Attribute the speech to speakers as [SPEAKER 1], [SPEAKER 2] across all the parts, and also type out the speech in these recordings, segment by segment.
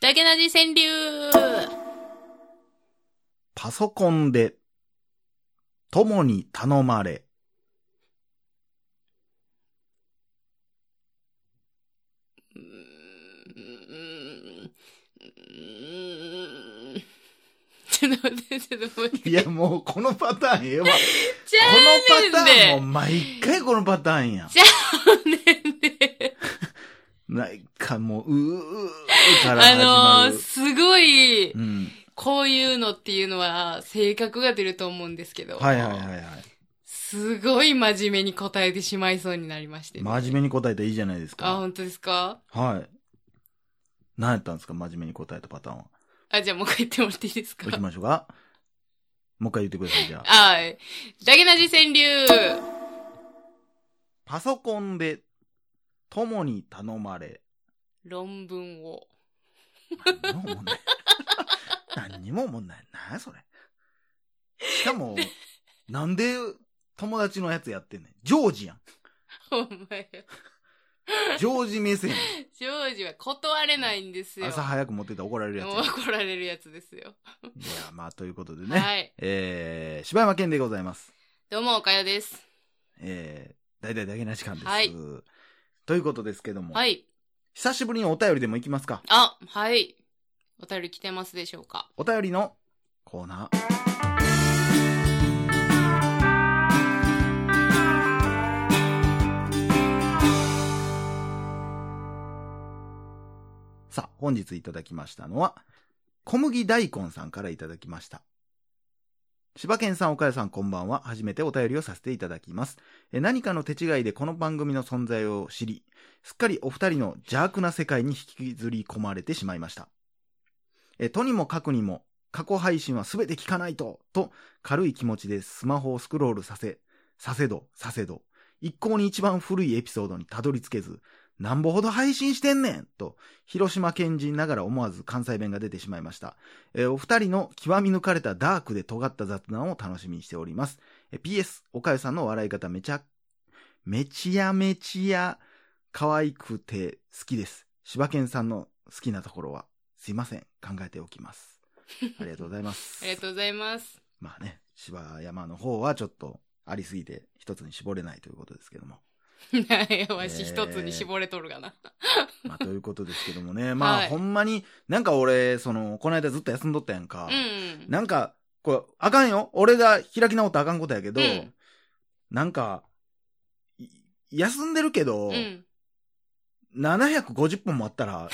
[SPEAKER 1] だけなじ川柳
[SPEAKER 2] パソコンで、友に頼ま れ、
[SPEAKER 1] ちょっと待って、ちょっと待って。
[SPEAKER 2] いや、もうこのパターンえ えわ。こ
[SPEAKER 1] ちゃ
[SPEAKER 2] のパ
[SPEAKER 1] う
[SPEAKER 2] ターン
[SPEAKER 1] ね
[SPEAKER 2] もうん
[SPEAKER 1] で
[SPEAKER 2] 毎回このパターンや。
[SPEAKER 1] ちゃうねんで
[SPEAKER 2] なんかもう、うーから始ま
[SPEAKER 1] あ
[SPEAKER 2] る
[SPEAKER 1] のー、。すごい、
[SPEAKER 2] うん。
[SPEAKER 1] こういうのっていうのは、性格が出ると思うんですけど。
[SPEAKER 2] はいはいはいは
[SPEAKER 1] すごい真面目に答えてしまいそうになりまして、
[SPEAKER 2] い。真面目に答えたらいいじゃないです
[SPEAKER 1] あ、
[SPEAKER 2] か。
[SPEAKER 1] 本当ですか
[SPEAKER 2] はい。何やったんですか真面目に答えたパター ンは。
[SPEAKER 1] あ、じゃあもう一回言ってもらっていいですか
[SPEAKER 2] 行きましょうか。もう一回言ってください、じゃあ。
[SPEAKER 1] はい。だけなじ川柳
[SPEAKER 2] パソコンで、友に頼まれ。
[SPEAKER 1] 論文を。
[SPEAKER 2] 何にも思んない。何にも思んない。何やそれ。しかも、なんで友達のやつやってんねん。ジョージやん。
[SPEAKER 1] お前、
[SPEAKER 2] ジョージ目線。
[SPEAKER 1] ジョージは断れないんですよ。
[SPEAKER 2] 朝早く持ってたら怒られるやつや
[SPEAKER 1] もう怒られるやつですよ。
[SPEAKER 2] いや、まあ、ということでね。
[SPEAKER 1] はい。
[SPEAKER 2] えー、柴山健でございます。
[SPEAKER 1] どうも、おかよです。
[SPEAKER 2] えー、大体だけな時間です。
[SPEAKER 1] はい
[SPEAKER 2] ということですけども。
[SPEAKER 1] はい。
[SPEAKER 2] 久しぶりにお便りでも行きますか。
[SPEAKER 1] あ、はい。お便り来てますでしょうか
[SPEAKER 2] お便りのコーナー。さあ、本日いただきましたのは、小麦大根さんからいただきました。柴犬さん、岡谷さん、こんばんは。初めてお便りをさせていただきます。え何かの手違いでこの番組の存在を知り、すっかりお二人の邪悪な世界に引きずり込まれてしまいました。えとにもかくにも、過去配信はすべて聞かないと、と軽い気持ちでスマホをスクロールさせ、させど、させど、一向に一番古いエピソードにたどり着けず、なんぼほど配信してんねんと、広島県人ながら思わず関西弁が出てしまいました。えーお二人の極み抜かれたダークで尖った雑談を楽しみにしております。えー PS、おかゆさんの笑い方めちゃ、めちやめちや可愛くて好きです。柴犬さんの好きなところは、すいません。考えておきます。ありがとうございます。
[SPEAKER 1] ありがとうございます。
[SPEAKER 2] まあね、芝山の方はちょっとありすぎて一つに絞れないということですけども。
[SPEAKER 1] いやわし一つに絞れとるがな。
[SPEAKER 2] まあということですけども ね、まあ、
[SPEAKER 1] はい
[SPEAKER 2] ほんまに、なんか俺、その、この間ずっと休んどったやんか。
[SPEAKER 1] うん。
[SPEAKER 2] なんか、これ、あかんよ。俺が開き直ったらあかんことやけど、
[SPEAKER 1] うん
[SPEAKER 2] なんか、い休んでるけど、
[SPEAKER 1] うん。
[SPEAKER 2] 750本もあったら、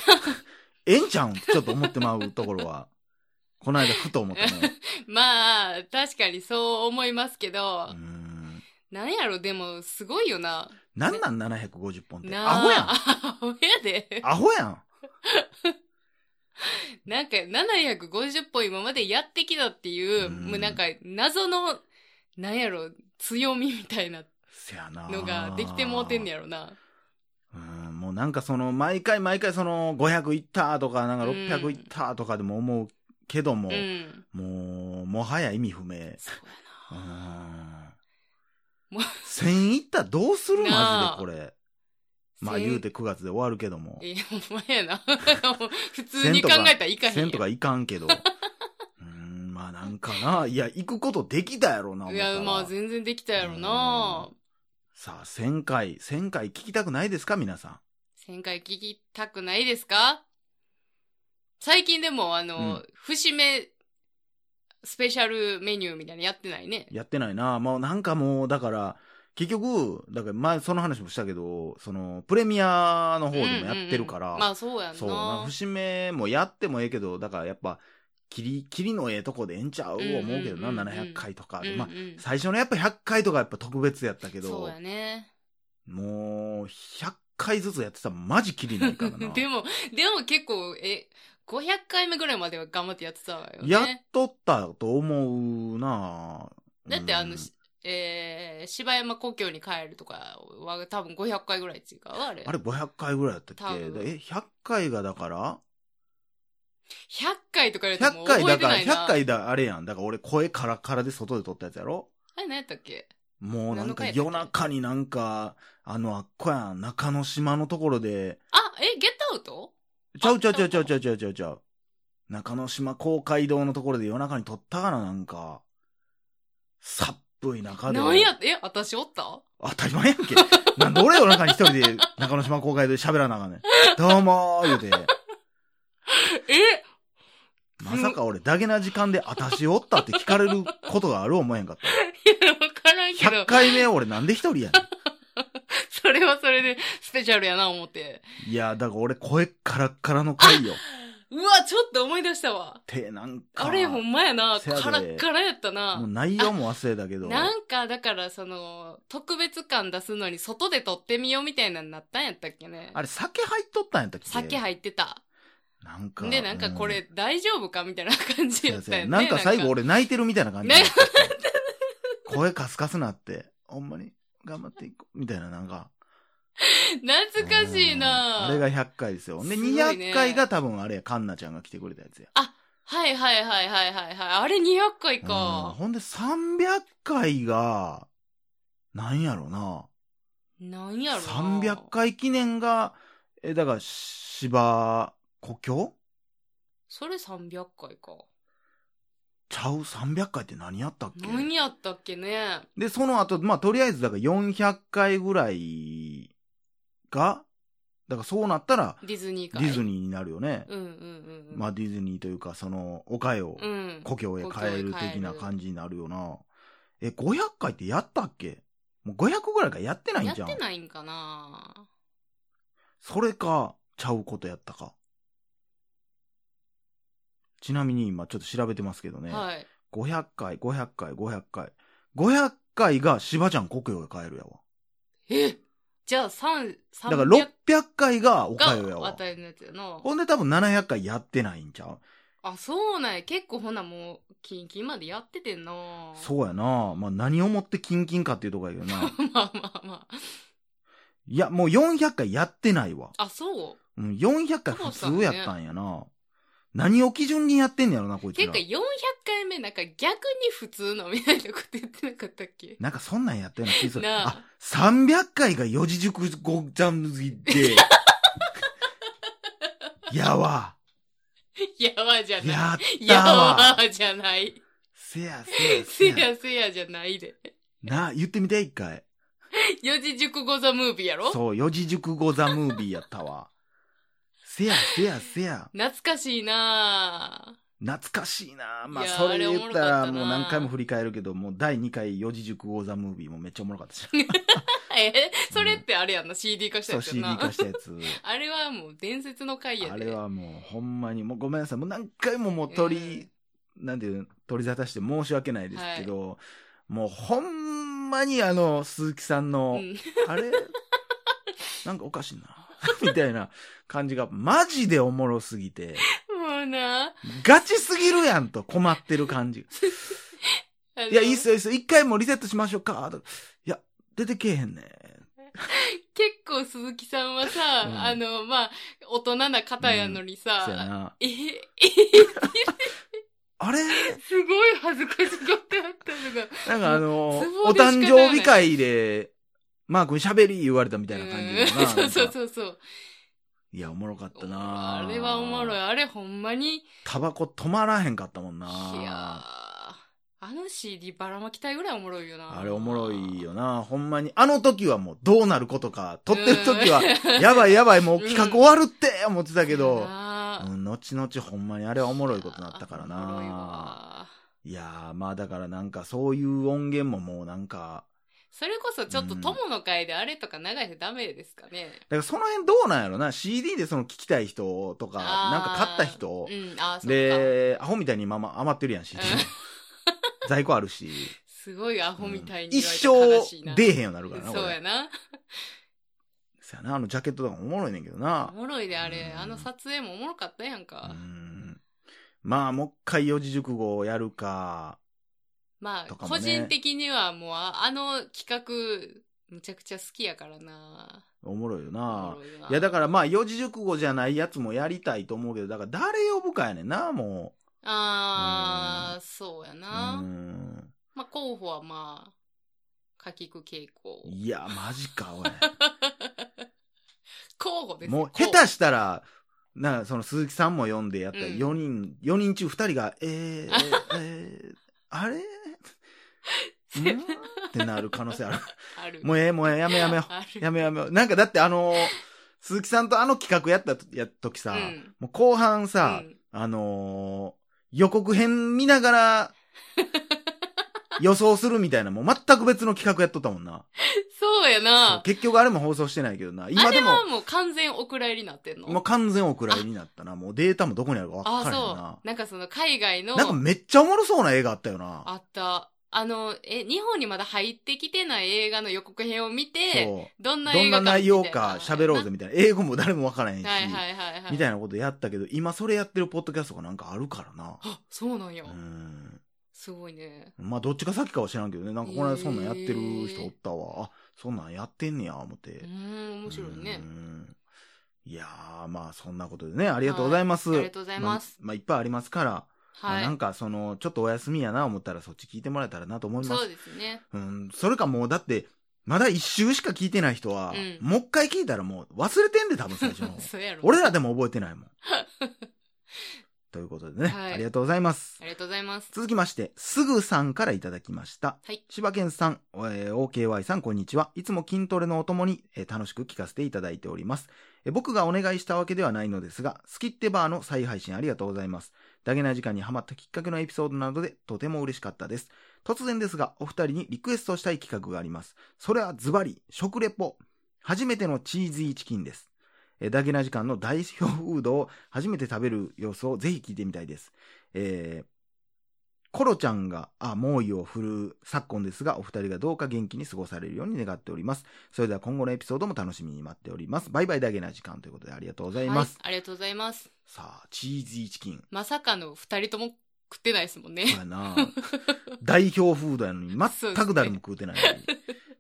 [SPEAKER 2] ええんちゃうんってちょっと思ってまうところは、この間ふと思った ね。
[SPEAKER 1] まあ、確かにそう思いますけど
[SPEAKER 2] うー、ん。
[SPEAKER 1] なんやろ、でも、すごいよな。
[SPEAKER 2] なんなん750本って。
[SPEAKER 1] なあ
[SPEAKER 2] アホやん。
[SPEAKER 1] アホやで。
[SPEAKER 2] アホやん。
[SPEAKER 1] なんか、750本今までやってきたっていう、
[SPEAKER 2] うん
[SPEAKER 1] もうなんか、謎の、なんやろ、強みみたいな
[SPEAKER 2] せやな。
[SPEAKER 1] のができてもうてんねやろな。
[SPEAKER 2] うん、もうなんかその、毎回毎回その、500いったとか、なんか
[SPEAKER 1] うん
[SPEAKER 2] 600いったとかでも思うけども、
[SPEAKER 1] うん。
[SPEAKER 2] もう、もはや意味不
[SPEAKER 1] そ
[SPEAKER 2] 明。
[SPEAKER 1] うや
[SPEAKER 2] う
[SPEAKER 1] な。
[SPEAKER 2] ん。
[SPEAKER 1] もう
[SPEAKER 2] 1000いったらどうする
[SPEAKER 1] なあ
[SPEAKER 2] マジでこれ。まあ言うて9月で終わるけども。
[SPEAKER 1] いや、ほんまやな。 普通に考えたらいかへん
[SPEAKER 2] 1000と
[SPEAKER 1] や
[SPEAKER 2] かいかんけど。 うん、まあなんかな。いや、行くことできたやろな、思
[SPEAKER 1] ん。
[SPEAKER 2] っ
[SPEAKER 1] い
[SPEAKER 2] たら
[SPEAKER 1] や、まあ全然できたやろな。
[SPEAKER 2] さあ、1000回、1000回聞きたくないですか、皆さ
[SPEAKER 1] 1000回聞きたくないですか最近でも、あの、
[SPEAKER 2] うん
[SPEAKER 1] 節目、スペシャルメニューみたいなのやってないね
[SPEAKER 2] ん。。やってないな。まあなんかもう、だから、結局、だから前その話もしたけど、その、プレミアの方でもやってるから、
[SPEAKER 1] うんうんうんまあそうやんな。
[SPEAKER 2] そうな、節目もやってもええけど、だからやっぱ、切り、切りのええとこでええんちゃう思うけど
[SPEAKER 1] うん
[SPEAKER 2] な、
[SPEAKER 1] うんうんうん
[SPEAKER 2] 700回とか。
[SPEAKER 1] うんうん
[SPEAKER 2] まあ、最初のやっぱ100回とかやっぱ特別やったけ
[SPEAKER 1] そう
[SPEAKER 2] ど、
[SPEAKER 1] やね。
[SPEAKER 2] もう、100回ずつやってたらマジ切りないからな。
[SPEAKER 1] でも、でも結構、え、500回目ぐらいまでは頑張ってやってたわよね。
[SPEAKER 2] やっとったと思うな
[SPEAKER 1] だってあの、
[SPEAKER 2] うん
[SPEAKER 1] しえー、芝山故郷に帰るとかは多分500回ぐらいっていうか、あれ。
[SPEAKER 2] あれ500回ぐらいやった
[SPEAKER 1] 多
[SPEAKER 2] っけ
[SPEAKER 1] 分
[SPEAKER 2] でえ、100回がだから、
[SPEAKER 1] 100回とか言われても覚
[SPEAKER 2] 100回
[SPEAKER 1] え
[SPEAKER 2] だ
[SPEAKER 1] て
[SPEAKER 2] から、
[SPEAKER 1] ないな。
[SPEAKER 2] 100回だ、あれやん。だから俺声カラカラで外で撮ったやつやろ
[SPEAKER 1] あれ何やったっけ
[SPEAKER 2] もうな
[SPEAKER 1] 何
[SPEAKER 2] んか
[SPEAKER 1] の回だっけ
[SPEAKER 2] 夜中になんか、あの、あっこやん、中之島のところで、
[SPEAKER 1] あ、え、ゲットアウト
[SPEAKER 2] ちゃうちゃうちゃうちゃうちゃうちゃうちゃうちゃう。中之島公会堂のところで夜中に撮ったかな、なんか。さっぷい中で。
[SPEAKER 1] 何や、え、私おった
[SPEAKER 2] 当たり前やんけ。 なんで俺夜中に一人で中之島公会堂で喋らなあかんねん。どうもー言うて。
[SPEAKER 1] え、
[SPEAKER 2] まさか俺、ダゲな時間で、あたしおったって聞かれることがある思えへんかった。
[SPEAKER 1] いや、わからん け
[SPEAKER 2] 100
[SPEAKER 1] ど、
[SPEAKER 2] 回目俺なんで一人やね
[SPEAKER 1] それはそれでスペシャルやな、思って。
[SPEAKER 2] ん。いや、だから俺声カラッカラの 回よ。っ
[SPEAKER 1] うわ、ちょっと思い出したわ。
[SPEAKER 2] て、なんか。
[SPEAKER 1] あれ、ほんまやな。
[SPEAKER 2] せやで
[SPEAKER 1] カラッカラやった
[SPEAKER 2] もう
[SPEAKER 1] な。
[SPEAKER 2] 内容も忘れたけど。
[SPEAKER 1] なんか、だから、その、特別感出すのに外で撮ってみようみたいなのになったんやったっけね。
[SPEAKER 2] あれ、酒入っとったんやったっけ
[SPEAKER 1] 酒入ってた。
[SPEAKER 2] なんか。
[SPEAKER 1] で、なんかこ
[SPEAKER 2] う
[SPEAKER 1] れ大丈夫かみたいな感じ
[SPEAKER 2] ん、
[SPEAKER 1] やったよね。
[SPEAKER 2] なんか最後俺泣いてるみたいな感じ。声カスカスなって、ほんまに頑張っていこう。みたいな、なんか。
[SPEAKER 1] 懐かしいな
[SPEAKER 2] うんあれが100回ですよ。で、
[SPEAKER 1] すごいね
[SPEAKER 2] 200回が多分あれや、カンナちゃんが来てくれたやつや。
[SPEAKER 1] はいはいはいはいはいはい。あれ200回
[SPEAKER 2] うん
[SPEAKER 1] か。
[SPEAKER 2] ほんで300回が、なんやろな。
[SPEAKER 1] なんやろな。
[SPEAKER 2] 300。回記念が、え、だから、芝、故郷
[SPEAKER 1] それ300回か。
[SPEAKER 2] ちゃう ?300 回って何やったっけ
[SPEAKER 1] 何やったっけね。
[SPEAKER 2] で、その後、まあ、とりあえず、だから400回ぐらいが、だからそうなったら、
[SPEAKER 1] ディズニー
[SPEAKER 2] デ
[SPEAKER 1] か。
[SPEAKER 2] ィズ
[SPEAKER 1] ニ
[SPEAKER 2] ニーになるよね。
[SPEAKER 1] ー。うんうんうん。
[SPEAKER 2] まあ、、ディズニーというか、その、おかえを
[SPEAKER 1] う、ん。
[SPEAKER 2] 故郷へ帰る
[SPEAKER 1] 故郷へ帰
[SPEAKER 2] 的
[SPEAKER 1] る
[SPEAKER 2] な感じになるよな。え、500回ってやったっけもう500ぐらいからやってないん
[SPEAKER 1] やっ
[SPEAKER 2] じゃん
[SPEAKER 1] て。ないんかな。
[SPEAKER 2] それか、ちゃうことやったか。ちなみに今ちょっと調べてますけどね。
[SPEAKER 1] はい。
[SPEAKER 2] 500回、500回、500回。500回がしばちゃん故郷へ帰るやわ。
[SPEAKER 1] えじゃあ3、300
[SPEAKER 2] だから600回がおかよや
[SPEAKER 1] が
[SPEAKER 2] わ。
[SPEAKER 1] 私のやつやな。
[SPEAKER 2] ほんで多分700回やってないんちゃう
[SPEAKER 1] あ、そうなんや。結構ほなもう、キンキンまでやっててんな。
[SPEAKER 2] そうやな。まあ何をもってキンキンかっていうとこやけど な。
[SPEAKER 1] まあまあまあ。
[SPEAKER 2] いや、もう400回やってないわ。
[SPEAKER 1] あ、そう
[SPEAKER 2] うん、400回普通やったんやな。何を基準にやってんねやろな、こいつ
[SPEAKER 1] て
[SPEAKER 2] ら
[SPEAKER 1] か。400回目なんか逆に普通のみたいなこと言ってなかったっけ
[SPEAKER 2] なんかそんなんやったような気がする。
[SPEAKER 1] な
[SPEAKER 2] あ
[SPEAKER 1] あ、
[SPEAKER 2] 300回が四字熟語ジャンルで。 やわ。
[SPEAKER 1] やわじゃない。
[SPEAKER 2] やっ
[SPEAKER 1] や
[SPEAKER 2] たわ。
[SPEAKER 1] わじゃない。
[SPEAKER 2] せやせや
[SPEAKER 1] せ
[SPEAKER 2] せや。
[SPEAKER 1] やせやじゃないで。
[SPEAKER 2] な、言ってみて一回。
[SPEAKER 1] 四字熟語ザムービーやろ
[SPEAKER 2] そう、四字熟語ザムービーやったわ。せやせやせや。
[SPEAKER 1] 懐かしいな
[SPEAKER 2] 懐かしいなまあ、
[SPEAKER 1] いや
[SPEAKER 2] それで言ったら
[SPEAKER 1] あれおも
[SPEAKER 2] も
[SPEAKER 1] ろ
[SPEAKER 2] う
[SPEAKER 1] かったな
[SPEAKER 2] 何回も振り返るけど、もう第2回四字熟語ザムービーもめっちゃおもろかった し。
[SPEAKER 1] ぁ。え、それってあれやんな。CD 化した
[SPEAKER 2] そう、
[SPEAKER 1] やつや
[SPEAKER 2] CD
[SPEAKER 1] な。
[SPEAKER 2] 化したや つ。
[SPEAKER 1] あれはもう伝説の回やで。
[SPEAKER 2] あれはもうほんまに、もうごめんなさい。もう何回ももう取り、なんていうの、取り沙汰して申し訳ないですけど、もうほんまにあの、鈴木さん
[SPEAKER 1] う
[SPEAKER 2] の、
[SPEAKER 1] ん。
[SPEAKER 2] あれ、なんかおかしいな、 みたいな感じがマジでおもろすぎて、
[SPEAKER 1] もうな
[SPEAKER 2] ガチすぎるやんと困って る感じ。いや、いいっす
[SPEAKER 1] よ。
[SPEAKER 2] よ、いいっすよ。一回もうリセットしましょうか。といや、出てけえへんね。
[SPEAKER 1] 結構鈴木さんはさ、
[SPEAKER 2] うん
[SPEAKER 1] あの、まあ、大人な方やのに
[SPEAKER 2] そうや
[SPEAKER 1] さ、
[SPEAKER 2] な。
[SPEAKER 1] え、え、
[SPEAKER 2] あれ
[SPEAKER 1] すごい恥ずかしがってあったのが。
[SPEAKER 2] なんかあの、
[SPEAKER 1] ツボ
[SPEAKER 2] お
[SPEAKER 1] で仕方ない
[SPEAKER 2] 誕生日会で、マー君喋り言われたみたいな感じだよな
[SPEAKER 1] うん そうそう
[SPEAKER 2] なんか
[SPEAKER 1] そうそう。
[SPEAKER 2] いや、おもろかったな
[SPEAKER 1] あれはおもろい。。あれほんまに。い
[SPEAKER 2] タバコ止まらへんかったもん
[SPEAKER 1] やー
[SPEAKER 2] な。
[SPEAKER 1] あの CD ばらまきたいぐらいおもろいよな。
[SPEAKER 2] あれおもろいよな。ほんまに。あの時はもうどうなることか。撮ってる時 は
[SPEAKER 1] うん、
[SPEAKER 2] やばいやばい、もう企画終わるって思ってたけ
[SPEAKER 1] そう
[SPEAKER 2] ど
[SPEAKER 1] や、な
[SPEAKER 2] うん、後々ほんまにあれはおもろいことになったから
[SPEAKER 1] おもろい
[SPEAKER 2] な。
[SPEAKER 1] わ
[SPEAKER 2] いやー、まあだからなんかそういう音源ももうなんか、
[SPEAKER 1] それこそちょっと友の会であれとか流してダメですかね。
[SPEAKER 2] だからその辺どうなんやろな CD でその聞きたい人とか、
[SPEAKER 1] あー
[SPEAKER 2] なんか買った人
[SPEAKER 1] う、ん、あー、そうか。
[SPEAKER 2] で、アホみたいにまま余ってるやん CD
[SPEAKER 1] うん。
[SPEAKER 2] 在庫あるし。
[SPEAKER 1] すごいアホみたいに
[SPEAKER 2] 一
[SPEAKER 1] 言われて悲しいな。
[SPEAKER 2] 生出えへんようになるからな、
[SPEAKER 1] そう
[SPEAKER 2] 俺
[SPEAKER 1] やな。
[SPEAKER 2] そうやな、あのジャケットとかもおもろいねんけどな
[SPEAKER 1] お。もろいであれ、
[SPEAKER 2] うん
[SPEAKER 1] あの撮影もおもろかったやん
[SPEAKER 2] う
[SPEAKER 1] か。
[SPEAKER 2] ん。まあ、もう一回四字熟語をやるか。
[SPEAKER 1] まあ、
[SPEAKER 2] とかもね
[SPEAKER 1] 個人的にはもうあ、あの企画、むちゃくちゃ好きやからな。
[SPEAKER 2] おもろいよ
[SPEAKER 1] お
[SPEAKER 2] な
[SPEAKER 1] も。ろよない
[SPEAKER 2] や、だからまあ、四字熟語じゃないやつもやりたいと思うけど、だから誰呼ぶかやねんな、も
[SPEAKER 1] あー、そうや
[SPEAKER 2] う。う
[SPEAKER 1] な。
[SPEAKER 2] ん。
[SPEAKER 1] まあ、候補はまあ、かきく傾向。
[SPEAKER 2] いや、マジか、 おい。
[SPEAKER 1] 候補ですよ
[SPEAKER 2] もう、下手したら、な、その鈴木さんも読んでやったら、
[SPEAKER 1] うん
[SPEAKER 2] 4人、四人中2人が、えー、えー、えー、あ れんってなる可能性 ある。
[SPEAKER 1] ある。
[SPEAKER 2] もうええ、もうええ、やめやめよ。
[SPEAKER 1] ある。
[SPEAKER 2] やめやめよ。なんかだってあのー鈴木さんとあの企画やったとや時さ、
[SPEAKER 1] うん
[SPEAKER 2] もう後半さ、
[SPEAKER 1] うん
[SPEAKER 2] あのー予告編見なが ら、予想するみたいな、もう全く別の企画やっとったもんな。
[SPEAKER 1] そうや
[SPEAKER 2] そう
[SPEAKER 1] な。
[SPEAKER 2] 結局あれも放送してないけどな。今
[SPEAKER 1] あ
[SPEAKER 2] で
[SPEAKER 1] れ
[SPEAKER 2] も
[SPEAKER 1] は、もう完全お蔵入りになってんの
[SPEAKER 2] もう完全お蔵入りになったな。もうデータもどこにあるか分
[SPEAKER 1] あ
[SPEAKER 2] からへん
[SPEAKER 1] あ
[SPEAKER 2] な、。
[SPEAKER 1] そう。なんかその海外の、
[SPEAKER 2] なんかめっちゃおもろそうな映画あったよな。
[SPEAKER 1] あった。あの、え、日本にまだ入ってきてない映画の予告編を見て、
[SPEAKER 2] そう。
[SPEAKER 1] どんな
[SPEAKER 2] ど
[SPEAKER 1] 映
[SPEAKER 2] ん
[SPEAKER 1] 画
[SPEAKER 2] な
[SPEAKER 1] か
[SPEAKER 2] 内容か喋ろう
[SPEAKER 1] ぜ。
[SPEAKER 2] ぜみたいな。英語も誰も分からへんし、
[SPEAKER 1] はいはいはいはい。
[SPEAKER 2] みたいなことやったけど、今それやってるポッドキャストがなんかあるからな。
[SPEAKER 1] あ、そうなんや
[SPEAKER 2] う。ん。
[SPEAKER 1] すごいね。
[SPEAKER 2] まあどっちが先かは知らんけどね。なんかこの間そんなんやってる人おったわ。あ、そんなんやってんねや、思っ
[SPEAKER 1] う
[SPEAKER 2] て
[SPEAKER 1] ー。ん、面白いね
[SPEAKER 2] う。ん。いやー、まあそんなことでね、ありがとうございます。
[SPEAKER 1] ありがとうございます。
[SPEAKER 2] まあいっぱいありますから。まあ
[SPEAKER 1] は
[SPEAKER 2] ないん。かその、ちょっとお休みやな思ったらそっち聞いてもらえたらなと思いま
[SPEAKER 1] そう
[SPEAKER 2] す。
[SPEAKER 1] ですね。
[SPEAKER 2] うん、それかもうだって、まだ一周しか聞いてない人は、
[SPEAKER 1] うん。
[SPEAKER 2] もう一回聞いたらもう忘れてんで多分最初の方
[SPEAKER 1] そうやろ。
[SPEAKER 2] 俺
[SPEAKER 1] あ
[SPEAKER 2] らでも覚えてない もん。ということでね、
[SPEAKER 1] はい
[SPEAKER 2] ありがとうございます。
[SPEAKER 1] りがとうございます。
[SPEAKER 2] 続きまして、すぐさんからいただきました。
[SPEAKER 1] はい
[SPEAKER 2] 柴犬さん、えー OKY さん、こんにちは。いつも筋トレのお供に、えー楽しく聞かせていただいております、えー僕がお願いしたわけではないのですが、スキッテバーの再配信ありがとうございます。ダゲな時間にハマったきっかけのエピソードなどでとても嬉しかったです。突然ですが、お二人にリクエストしたい企画があります。それはズバリ、食レポ。初めてのチーズイーチキンです。えーダゲな時間の代表フードを初めて食べる様子をぜひ聞いてみたいです。えーコロちゃんが、あ、猛威を振るう昨今ですが、お二人がどうか元気に過ごされるように願っております。それでは今後のエピソードも楽しみに待っております。バイバイだけな時間ということでありがとうござい
[SPEAKER 1] は
[SPEAKER 2] ま
[SPEAKER 1] い
[SPEAKER 2] す。。
[SPEAKER 1] ありがとうございます。
[SPEAKER 2] さあ、チーズイーチキン。
[SPEAKER 1] まさかの二人とも食ってないですもんね。
[SPEAKER 2] まあな 代表フードやのに、全く誰も食うてないの に。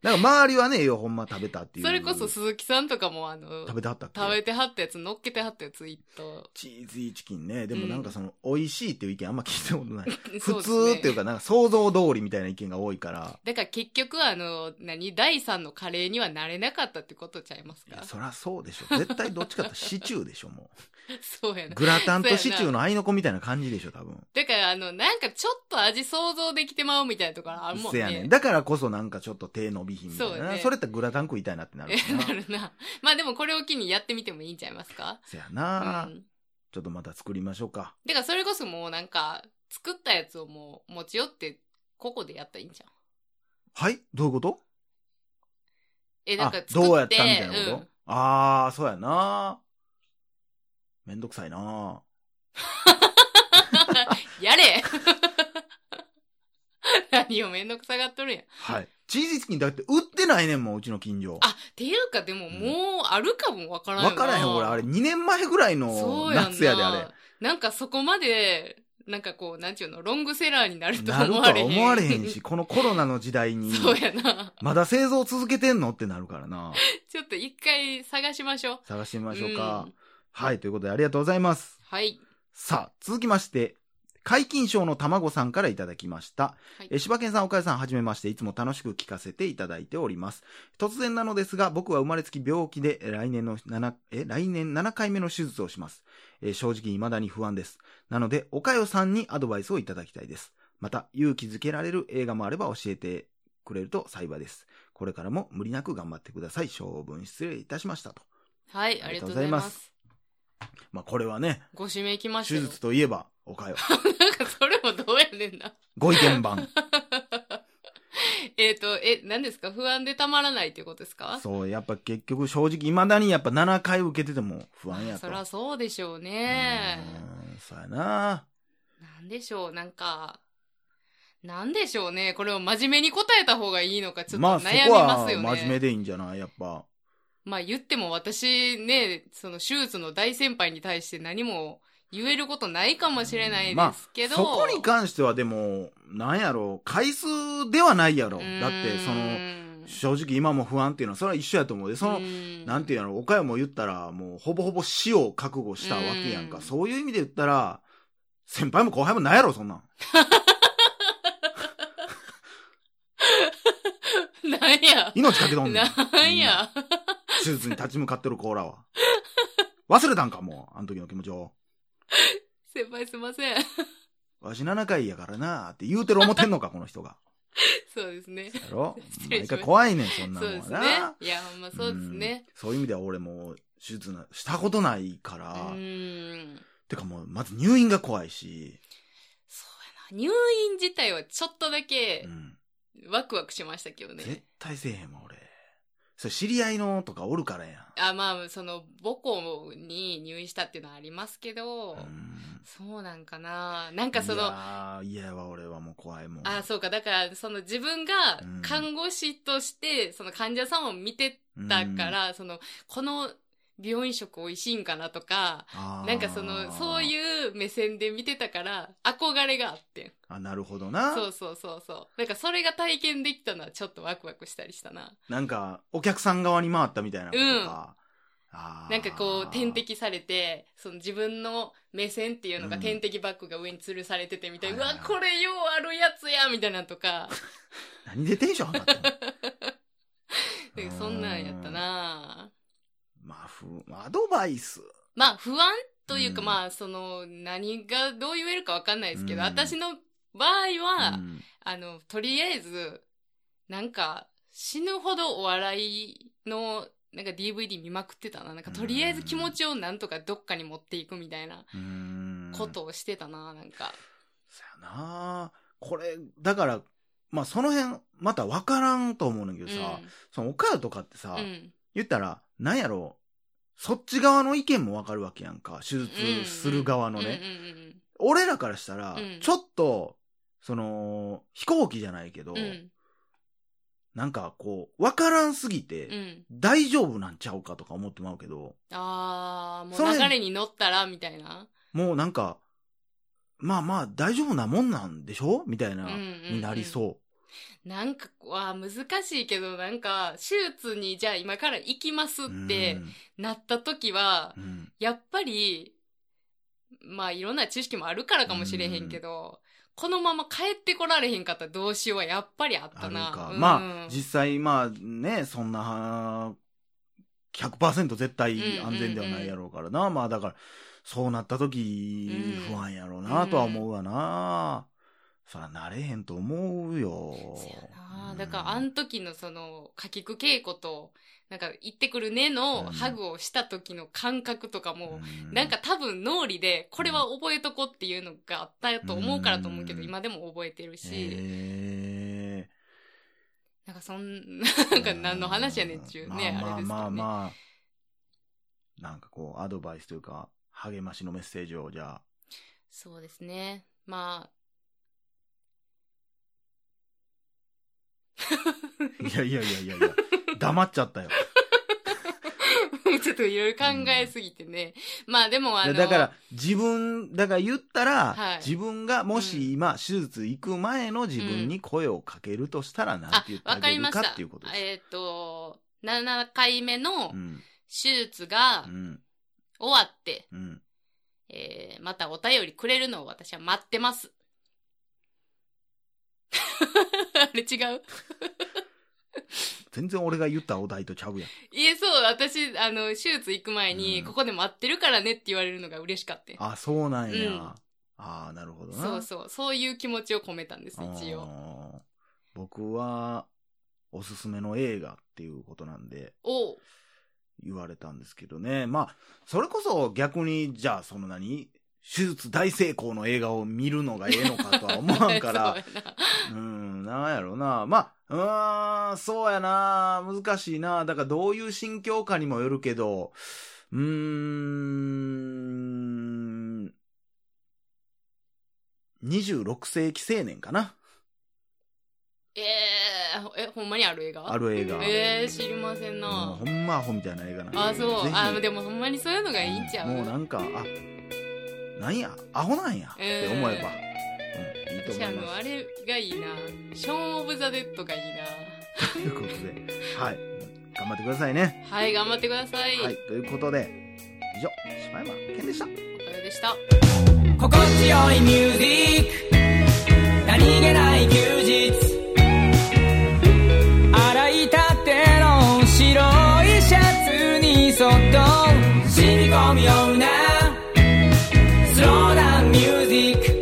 [SPEAKER 2] なんか周りはね、ええよ、ほんま食べたっていう。
[SPEAKER 1] それこそ
[SPEAKER 2] 食
[SPEAKER 1] 鈴木さんとかもあの、
[SPEAKER 2] べてはったっけ
[SPEAKER 1] 食べてはったやつ、乗っけてはったやつ、一頭。
[SPEAKER 2] チーズイーチキンね。でもなんかその、美味しいっていう意見あんま聞いたことない。
[SPEAKER 1] そで
[SPEAKER 2] 普
[SPEAKER 1] すね
[SPEAKER 2] 通っていうか、なんか想像通りみたいな意見が多いから。
[SPEAKER 1] だから結局あの、何第三のカレーにはなれなかったってことちゃいます
[SPEAKER 2] い
[SPEAKER 1] か
[SPEAKER 2] や、そらそうでし ょ。絶対どっちかってシチューでしょ、も
[SPEAKER 1] そうや
[SPEAKER 2] う。
[SPEAKER 1] な。
[SPEAKER 2] グラタンとシチューの合いの子みたいな感じでしょ、多分。
[SPEAKER 1] だからあの、なんかちょっと味想像できてまうみたいなところあるもん
[SPEAKER 2] せ
[SPEAKER 1] ね。
[SPEAKER 2] や ねん。だからこそなんかちょっと手伸びひんみたいな
[SPEAKER 1] そう
[SPEAKER 2] な。
[SPEAKER 1] ね
[SPEAKER 2] それってグラタン食いたいなってなるし な
[SPEAKER 1] な。るな。まあでもこれを機にやってみてもいいんちゃいますか
[SPEAKER 2] せやな、
[SPEAKER 1] うん。
[SPEAKER 2] ちょっとまた作りましょうか。
[SPEAKER 1] だからそれこそもうなんか、作ったやつをもう持ち寄って、ここでやったらいいんちゃう
[SPEAKER 2] はいどういうこと
[SPEAKER 1] え、なんか
[SPEAKER 2] あ
[SPEAKER 1] 作って。
[SPEAKER 2] どうやったみたいなこと、
[SPEAKER 1] うん
[SPEAKER 2] ああ、そうやな。めんどくさいな。
[SPEAKER 1] やれ何をめんどくさがっとるやん。
[SPEAKER 2] はい。チーズチキンだって売ってないねんもん、うちの近所。
[SPEAKER 1] あ、っていうかでももうあるかもわからんよ
[SPEAKER 2] わ
[SPEAKER 1] な
[SPEAKER 2] からへん、俺、あれ、2年前ぐらい
[SPEAKER 1] そ
[SPEAKER 2] の
[SPEAKER 1] うやんな
[SPEAKER 2] 夏やで、あれ。
[SPEAKER 1] なんかそこまで、なんかこう、なんちゅうの、ロングセラーになると
[SPEAKER 2] なる
[SPEAKER 1] 思
[SPEAKER 2] と
[SPEAKER 1] わ
[SPEAKER 2] は
[SPEAKER 1] れへん。
[SPEAKER 2] 思われへんし、。このコロナの時代に、
[SPEAKER 1] そうやな。
[SPEAKER 2] まだ製造続けてんのってなるからな。
[SPEAKER 1] ちょっと一回探しましょう。
[SPEAKER 2] 探してみましょうか。
[SPEAKER 1] ん
[SPEAKER 2] はい、ということでありがとうございます。
[SPEAKER 1] はい。
[SPEAKER 2] さあ、続きまして、解禁賞の卵さんからいただきました。
[SPEAKER 1] はい
[SPEAKER 2] えー柴犬さん、岡谷さん、はじめまして、いつも楽しく聞かせていただいております。突然なのですが、僕は生まれつき病気で、えー来年の7、え、来年7回目の手術をします。えー正直未だに不安です。なので、岡谷さんにアドバイスをいただきたいです。また、勇気づけられる映画もあれば教えてくれると幸いです。これからも無理なく頑張ってください。長文失礼いたしましたと。
[SPEAKER 1] はい、ありがとうございます。
[SPEAKER 2] まあ、これはね、
[SPEAKER 1] ご指名来ました
[SPEAKER 2] 手
[SPEAKER 1] よ。
[SPEAKER 2] 術といえば、岡 谷。
[SPEAKER 1] なんかそれもどうやねんな。
[SPEAKER 2] ご意 見番。
[SPEAKER 1] えっと、え、何ですか不安でたまらないっていうことですか
[SPEAKER 2] そう、やっぱ結局正直、未だにやっぱ7回受けてても不安やと。
[SPEAKER 1] そりゃそうでしょう
[SPEAKER 2] う
[SPEAKER 1] ね。
[SPEAKER 2] ーん、そうやな。
[SPEAKER 1] なんでしょう、なんか、なんでしょうね。これを真面目に答えた方がいいのか、ちょっと
[SPEAKER 2] まあそ
[SPEAKER 1] 悩み
[SPEAKER 2] こ
[SPEAKER 1] ま
[SPEAKER 2] は
[SPEAKER 1] すよね。
[SPEAKER 2] 真面目でいいんじゃないやっぱ。
[SPEAKER 1] まあ言っても私ね、その手術の大先輩に対して何も言えることないかもしれないですけど。
[SPEAKER 2] そこに関してはでも、なんやろう、回数ではないやろ。だって、その、正直今も不安っていうのは、それは一緒やと思うで、その、なんていう
[SPEAKER 1] うーん
[SPEAKER 2] んやろ、岡山も言ったら、もうほぼほぼ死を覚悟したわけやん
[SPEAKER 1] う
[SPEAKER 2] か。
[SPEAKER 1] ん
[SPEAKER 2] そういう意味で言ったら、先輩も後輩もないやろ、そんなん。
[SPEAKER 1] なんなんや。
[SPEAKER 2] 命かけとんねん。
[SPEAKER 1] なんや。
[SPEAKER 2] 手術に立ち向かってる子らは。忘れたんか、もう。あの時の気持ちを。
[SPEAKER 1] 先輩すいません。
[SPEAKER 2] わし7回やからなーって言うてる思ってんのか、この人が。
[SPEAKER 1] そうですね。
[SPEAKER 2] やろ
[SPEAKER 1] 失礼しま
[SPEAKER 2] 毎
[SPEAKER 1] した
[SPEAKER 2] 回怖いねん、そんな
[SPEAKER 1] そう
[SPEAKER 2] の
[SPEAKER 1] で
[SPEAKER 2] は
[SPEAKER 1] すね
[SPEAKER 2] な。。
[SPEAKER 1] いや、ほんまそうですね。
[SPEAKER 2] うん。そういう意味では俺もう手術なしたことないか
[SPEAKER 1] う
[SPEAKER 2] ら、
[SPEAKER 1] ーん。
[SPEAKER 2] てかもうまず入院が怖いし、
[SPEAKER 1] そうやな。入院自体はちょっとだけ
[SPEAKER 2] うん、
[SPEAKER 1] ワクワクしましたけど
[SPEAKER 2] 絶
[SPEAKER 1] ね。
[SPEAKER 2] 対せえへんわ俺。それ知り合いのとかおるからや
[SPEAKER 1] あ、まあ、その、母校に入院したっていうのはありますけど、
[SPEAKER 2] ん。うん
[SPEAKER 1] そうなんかな。なんかそ
[SPEAKER 2] い
[SPEAKER 1] の、
[SPEAKER 2] やーいやわ俺はもう怖いもん。
[SPEAKER 1] あ、そうか。だから、その自分が
[SPEAKER 2] うん
[SPEAKER 1] 看護師として、その患者さんを見て
[SPEAKER 2] うん
[SPEAKER 1] たか、ら、その、この病院食美味しいんかなとか、
[SPEAKER 2] な
[SPEAKER 1] なんかその、そう
[SPEAKER 2] う。
[SPEAKER 1] いう目線で見てたから、憧れがあってん。
[SPEAKER 2] あ、なるほどな。
[SPEAKER 1] そうそうそうそう。なんかそれが体験できたのはちょっとワクワクしたりしたな。
[SPEAKER 2] なんか、お客さん側に回ったみたいなことか。あー
[SPEAKER 1] なんかこう、点。滴されて、その自分の目線っていうのが
[SPEAKER 2] うん
[SPEAKER 1] 点滴バッグが上に吊るされててみたいな、
[SPEAKER 2] はいうは
[SPEAKER 1] わ
[SPEAKER 2] い、
[SPEAKER 1] これようあるやつやみたいなのとか、
[SPEAKER 2] 何でテンション上がった
[SPEAKER 1] なんかそんなんやった。な
[SPEAKER 2] まあ、ふ、アドバイス。
[SPEAKER 1] まあ不安というか、
[SPEAKER 2] うん
[SPEAKER 1] まあその、何がどう言えるかわかんないですけど、
[SPEAKER 2] うん
[SPEAKER 1] 私の場合は、
[SPEAKER 2] うん
[SPEAKER 1] あの、とりあえず、なんか死ぬほどお笑いの、なんか DVD 見まくってたな。なんかとりあえず気持ちをなんとかどっかに持っていくみたいな
[SPEAKER 2] うーん
[SPEAKER 1] ことをしてたな、なんか。
[SPEAKER 2] そやなこれ、だから、まあその辺、また分からんと思うねんだけどさ、そのお母とかって
[SPEAKER 1] う
[SPEAKER 2] さ、
[SPEAKER 1] ん。うん
[SPEAKER 2] 言ったら、なんやろ、そっち側の意見も分かるわけやんか。手術する側のね。俺らからしたら、
[SPEAKER 1] うん
[SPEAKER 2] ちょっと、その、飛行機じゃないけど、
[SPEAKER 1] うんうんうんうん。
[SPEAKER 2] なんかこう、分からんすぎて、
[SPEAKER 1] うん。うん。
[SPEAKER 2] 大丈夫なんちゃうかとか思ってまうけど、
[SPEAKER 1] あー、
[SPEAKER 2] そ
[SPEAKER 1] も
[SPEAKER 2] れ
[SPEAKER 1] う流れに乗ったら、みたいな。
[SPEAKER 2] もうなんか、まあまあ大丈夫なもんなんでしょみたいな、
[SPEAKER 1] うんうんうん
[SPEAKER 2] になりそう。
[SPEAKER 1] なんか、わあ難しいけど、なんか、手術に、じゃあ今から行きますってなった時は、
[SPEAKER 2] うん、うん
[SPEAKER 1] やっぱり、まあいろんな知識もあるからかもしれへんけど、このまま帰ってこられへんかったらどうしようはやっぱりあっ
[SPEAKER 2] あ
[SPEAKER 1] た
[SPEAKER 2] る
[SPEAKER 1] な。
[SPEAKER 2] か。
[SPEAKER 1] うん
[SPEAKER 2] まあ、実際、まあね、そんな、100%絶対安全ではないやろうからな。まあだから、そうなった時、
[SPEAKER 1] うん
[SPEAKER 2] 不安やろうなとは思うわな。そら、なれへんと思うよ
[SPEAKER 1] そうや。
[SPEAKER 2] う
[SPEAKER 1] なんだから、あの時のその、かきくけいこと、なんか、行ってくるねの、
[SPEAKER 2] うん
[SPEAKER 1] ハグをした時の感覚とかも、
[SPEAKER 2] う
[SPEAKER 1] なんか多分脳裏で、これは覚えとこっていうのがあったと思うからと思うけど、
[SPEAKER 2] うん
[SPEAKER 1] 今でも覚えてるし、
[SPEAKER 2] へ
[SPEAKER 1] なんかそん、 なんか何の話やねんっちゅうね、
[SPEAKER 2] ま
[SPEAKER 1] あ
[SPEAKER 2] あ
[SPEAKER 1] れですけ
[SPEAKER 2] まあまあ
[SPEAKER 1] どね。
[SPEAKER 2] まあ、なんかこう、アドバイスというか、励ましのメッセージを、じゃあ、
[SPEAKER 1] そうですね。ま
[SPEAKER 2] いやいやいやいやいや、黙っちゃっ たよ。
[SPEAKER 1] あ、 ちょっといろいろ考えすぎてね。まあでもあ
[SPEAKER 2] いや
[SPEAKER 1] の、
[SPEAKER 2] だから、自分、だから言ったら、
[SPEAKER 1] はい
[SPEAKER 2] 自分がもし今、手術行く前の自分に声をかけるとしたら、なんて
[SPEAKER 1] あ
[SPEAKER 2] 言っ、てあ
[SPEAKER 1] わか
[SPEAKER 2] げ
[SPEAKER 1] り
[SPEAKER 2] る
[SPEAKER 1] ま
[SPEAKER 2] か
[SPEAKER 1] した
[SPEAKER 2] っていうこと。です。
[SPEAKER 1] えっ、と、7回目の
[SPEAKER 2] うん、
[SPEAKER 1] 手術が
[SPEAKER 2] うん、
[SPEAKER 1] 終わって、
[SPEAKER 2] うん。
[SPEAKER 1] えー、またお便りくれるのを私は待ってます。 あれ違う
[SPEAKER 2] 全然俺が言ったお題とちゃうやん。
[SPEAKER 1] いえ、そう、私、あの、手術行く前に、
[SPEAKER 2] うん
[SPEAKER 1] ここで待ってるからねって言われるのが嬉しかった。
[SPEAKER 2] あ、そうなんや。
[SPEAKER 1] うん
[SPEAKER 2] ああ、なるほどな。
[SPEAKER 1] そうそう、そういう気持ちを込めたんです、一応。
[SPEAKER 2] 応。僕は、おすすめの映画っていうことなんで、
[SPEAKER 1] おう
[SPEAKER 2] 言われたんですけどね。まあ、それこそ逆に、じゃあ、その何手術大成功の映画を見るのがええのかとは思わんから、
[SPEAKER 1] そうやな
[SPEAKER 2] うん、なんやろな。まあ、うーん、そうやな。難しいな。だからどういう心境かにもよるけど、うーん、26世紀青年かな。
[SPEAKER 1] えー、え、ほんまにある映画
[SPEAKER 2] ある映画
[SPEAKER 1] えー、知りませんな。
[SPEAKER 2] もうほんまアホみたいな映画なんで。
[SPEAKER 1] あ、そう
[SPEAKER 2] ぜ。ひ
[SPEAKER 1] あ、でもほんまにそういうのがいいんちゃう
[SPEAKER 2] もうなんか、あ、なんや、アホなんや、って思えば、うん、いいと
[SPEAKER 1] 私、あ
[SPEAKER 2] 思い
[SPEAKER 1] の、
[SPEAKER 2] ま
[SPEAKER 1] あ
[SPEAKER 2] す。
[SPEAKER 1] れがいいな。ショーン・オブ・ザ・デッドがいい
[SPEAKER 2] ということで、はい。頑張ってくださいね。
[SPEAKER 1] な。はい、頑張ってください。
[SPEAKER 2] はい。ということで、以上、柴山健でした。
[SPEAKER 1] お疲れでした。
[SPEAKER 3] 心地よいミュージック何気ない休日洗いそっと染み込むようなスローダウンミュージック